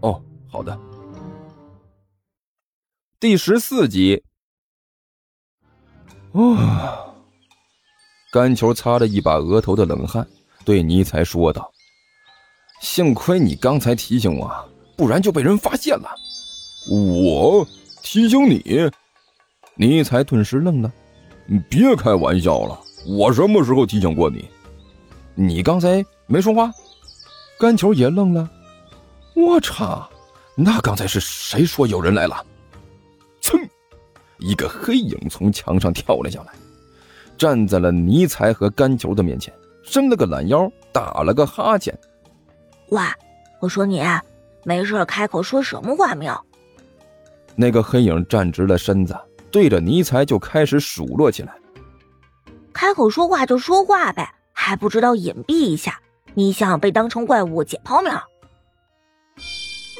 哦，好的。第十四集。啊、甘球擦着一把额头的冷汗，对尼才说道：“幸亏你刚才提醒我，不然就被人发现了。”我提醒你，尼才顿时愣了：“嗯你别开玩笑了，我什么时候提醒过你？你刚才没说话？”甘球也愣了。我操！那刚才是谁说有人来了？噌！一个黑影从墙上跳了下来，站在了尼才和甘球的面前，伸了个懒腰，打了个哈欠。喂，我说你，没事开口说什么话没有？那个黑影站直了身子，对着尼才就开始数落起来。开口说话就说话呗，还不知道隐蔽一下？你想被当成怪物解剖没有？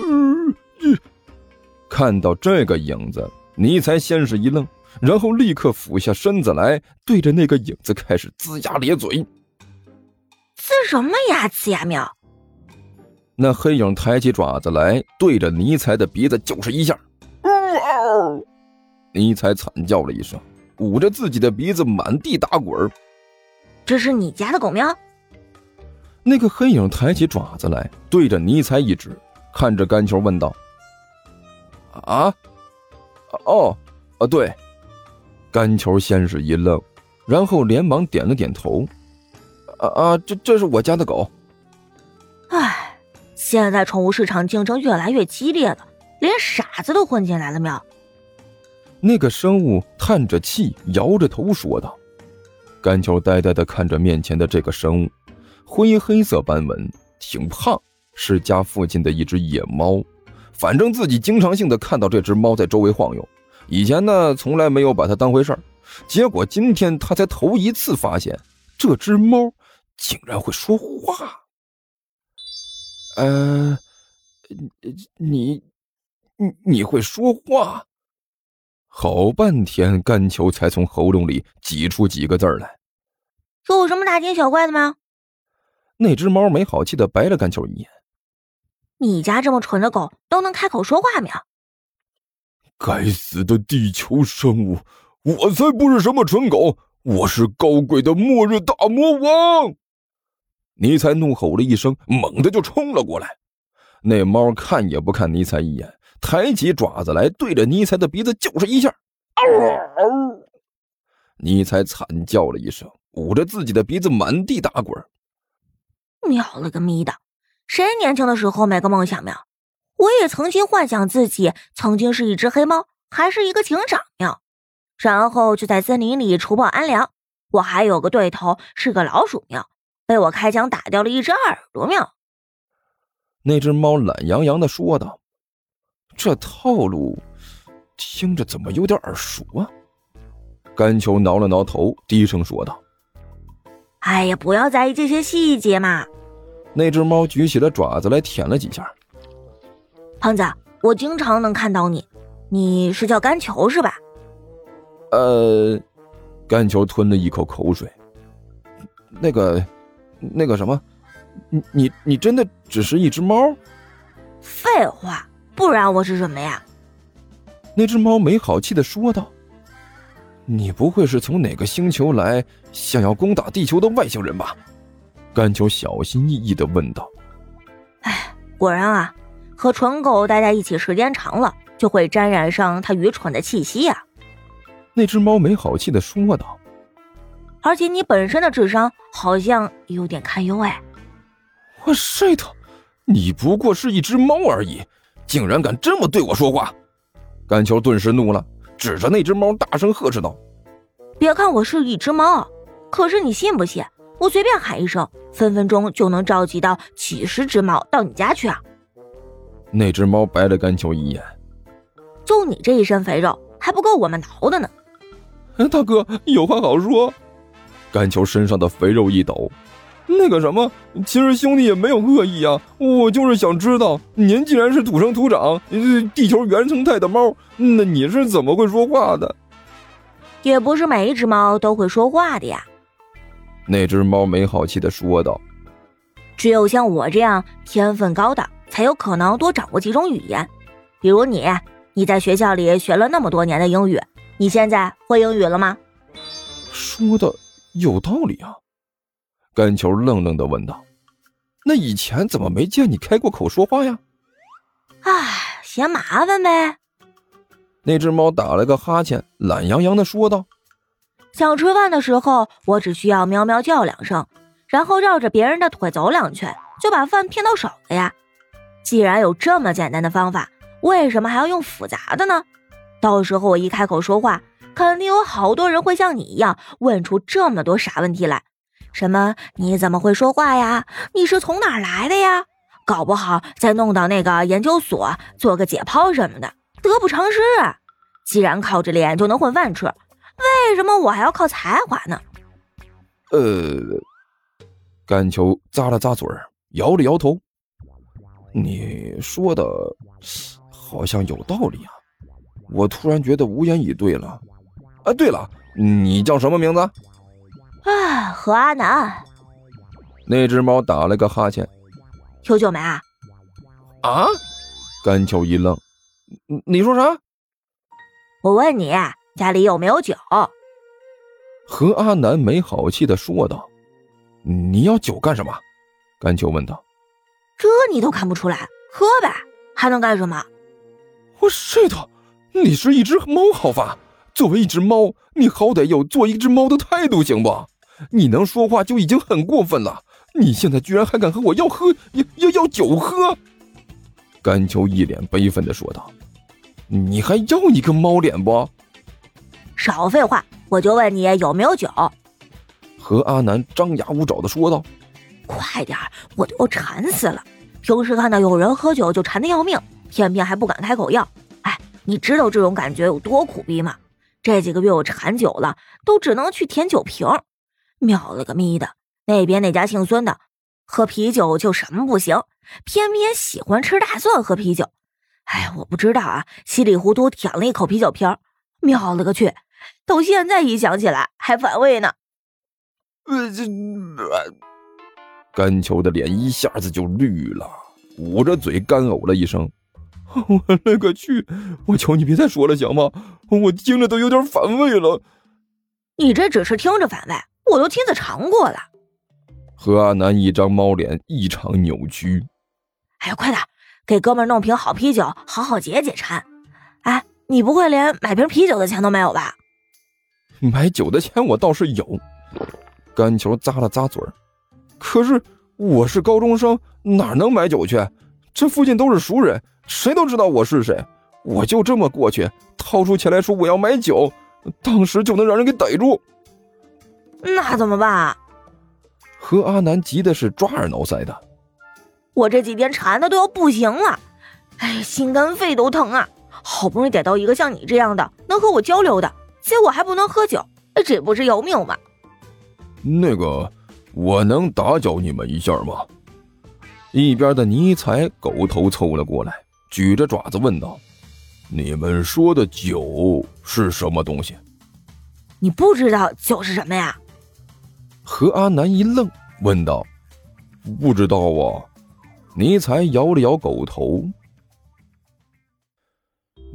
嗯，看到这个影子，尼才先是一愣，然后立刻俯下身子来，对着那个影子开始龇牙咧嘴。呲什么牙？呲牙喵！那黑影抬起爪子来，对着尼才的鼻子就是一下。哦、尼才惨叫了一声，捂着自己的鼻子满地打滚。这是你家的狗喵？那个黑影抬起爪子来，对着尼才一指。看着甘球问道：“啊，哦，啊对。”甘球先是一愣，然后连忙点了点头。“啊啊，这这是我家的狗。”唉，现在宠物市场竞争越来越激烈了，连傻子都混进来了没有？那个生物叹着气，摇着头说道。甘球呆呆的看着面前的这个生物，灰黑色斑纹，挺胖。是家附近的一只野猫，反正自己经常性的看到这只猫在周围晃悠。以前呢，从来没有把它当回事儿，结果今天他才头一次发现，这只猫竟然会说话。呃，你，你你会说话？好半天，甘球才从喉咙里挤出几个字来。有什么大惊小怪的吗？那只猫没好气的白了甘球一眼。你家这么蠢的狗都能开口说话没有？该死的地球生物！我才不是什么蠢狗，我是高贵的末日大魔王！尼采怒吼了一声，猛地就冲了过来。那猫看也不看尼采一眼，抬起爪子来，对着尼采的鼻子就是一下。嗷、哦！尼采惨叫了一声，捂着自己的鼻子满地打滚。喵了个咪的！谁年轻的时候没个梦想喵？我也曾经幻想自己曾经是一只黑猫，还是一个警长喵，然后就在森林里除暴安良。我还有个对头是个老鼠喵，被我开枪打掉了一只耳朵喵。那只猫懒洋洋的说道：“这套路听着怎么有点耳熟啊？”甘球挠了挠头，低声说道：“哎呀，不要在意这些细节嘛。”那只猫举起了爪子来舔了几下。胖子，我经常能看到你，你是叫甘球是吧？呃，甘球吞了一口口水。那个，那个什么，你你你真的只是一只猫？废话，不然我是什么呀？那只猫没好气的说道：“你不会是从哪个星球来，想要攻打地球的外星人吧？”甘球小心翼翼的问道：“哎，果然啊，和蠢狗待在一起时间长了，就会沾染上它愚蠢的气息呀、啊。”那只猫没好气的说道：“而且你本身的智商好像有点堪忧哎。”“我 shit，你不过是一只猫而已，竟然敢这么对我说话！”甘球顿时怒了，指着那只猫大声呵斥道：“别看我是一只猫，可是你信不信？”我随便喊一声，分分钟就能召集到几十只猫到你家去啊！那只猫白了甘球一眼。就你这一身肥肉，还不够我们挠的呢。大哥，有话好说。甘球身上的肥肉一抖，那个什么，其实兄弟也没有恶意啊，我就是想知道，您既然是土生土长、呃地球原生态的猫，那你是怎么会说话的？也不是每一只猫都会说话的呀，那只猫没好气地说道只有像我这样天分高的，才有可能多掌握几种语言。比如你，你在学校里学了那么多年的英语，你现在会英语了吗？：“说的有道理啊。”甘球愣愣地问道那以前怎么没见你开过口说话呀？唉，嫌麻烦呗。：“那只猫打了个哈欠，懒洋洋地说道想吃饭的时候，我只需要喵喵叫两声，然后绕着别人的腿走两圈，就把饭骗到手了呀。既然有这么简单的方法，为什么还要用复杂的呢？到时候我一开口说话，肯定有好多人会像你一样问出这么多傻问题来，什么你怎么会说话呀？你是从哪儿来的呀？搞不好再弄到那个研究所做个解剖什么的，得不偿失啊！既然靠着脸就能混饭吃，为什么我还要靠才华呢？：‘呃。’甘球咂了咂嘴儿，摇了摇头：‘你说的好像有道理啊。’我突然觉得无言以对了。啊，对了，你叫什么名字？”啊，何阿南那只猫打了个哈欠， ，Q 九梅啊，啊？甘球一愣，你你说啥？我问你，家里有没有酒？何阿南没好气地说道：“你要酒干什么？”甘球问道。这你都看不出来，喝呗，还能干什么？我睡的，你是一只猫好吧？作为一只猫，你好歹有做一只猫的态度行不？你能说话就已经很过分了，你现在居然还敢和我要喝要要要酒喝？甘球一脸悲愤地说道你还要你个猫脸不？少废话，我就问你有没有酒，：“何阿南张牙舞爪地说道。快点儿，我都要馋死了。平时看到有人喝酒就馋得要命，偏偏还不敢开口要。哎，你知道这种感觉有多苦逼吗？这几个月我馋酒了，都只能去舔酒瓶儿。妙了个咪的，那边那家姓孙的，喝啤酒就什么不行，偏偏喜欢吃大蒜喝啤酒。哎，我不知道啊，稀里糊涂舔了一口啤酒瓶儿，妙了个去！到现在一想起来还反胃呢。呃，这呃甘球的脸一下子就绿了，捂着嘴干呕了一声。 我勒个去！我求你别再说了，行吗？我听着都有点反胃了。你这只是听着反胃，我都亲自尝过了。何阿南一张猫脸异常扭曲。哎呀，快点儿给哥们儿弄瓶好啤酒，好好解解馋。哎，你不会连买瓶啤酒的钱都没有吧？买酒的钱我倒是有。甘球咂了咂嘴儿，可是我是高中生，哪能买酒去？这附近都是熟人，谁都知道我是谁。我就这么过去，掏出钱来说我要买酒，当时就能让人给逮住。那怎么办啊？何阿南急的是抓耳挠腮的。我这几天馋的都要不行了，哎，心肝肺都疼啊！好不容易逮到一个像你这样的能和我交流的，结果还不能喝酒，哎这不是要命吗？那个，我能打搅你们一下吗？一边的尼采狗头凑了过来，举着爪子问道：“你们说的酒是什么东西你不知道酒是什么呀？？”何阿南一愣，问道：“不知道啊。”尼采摇了摇狗头，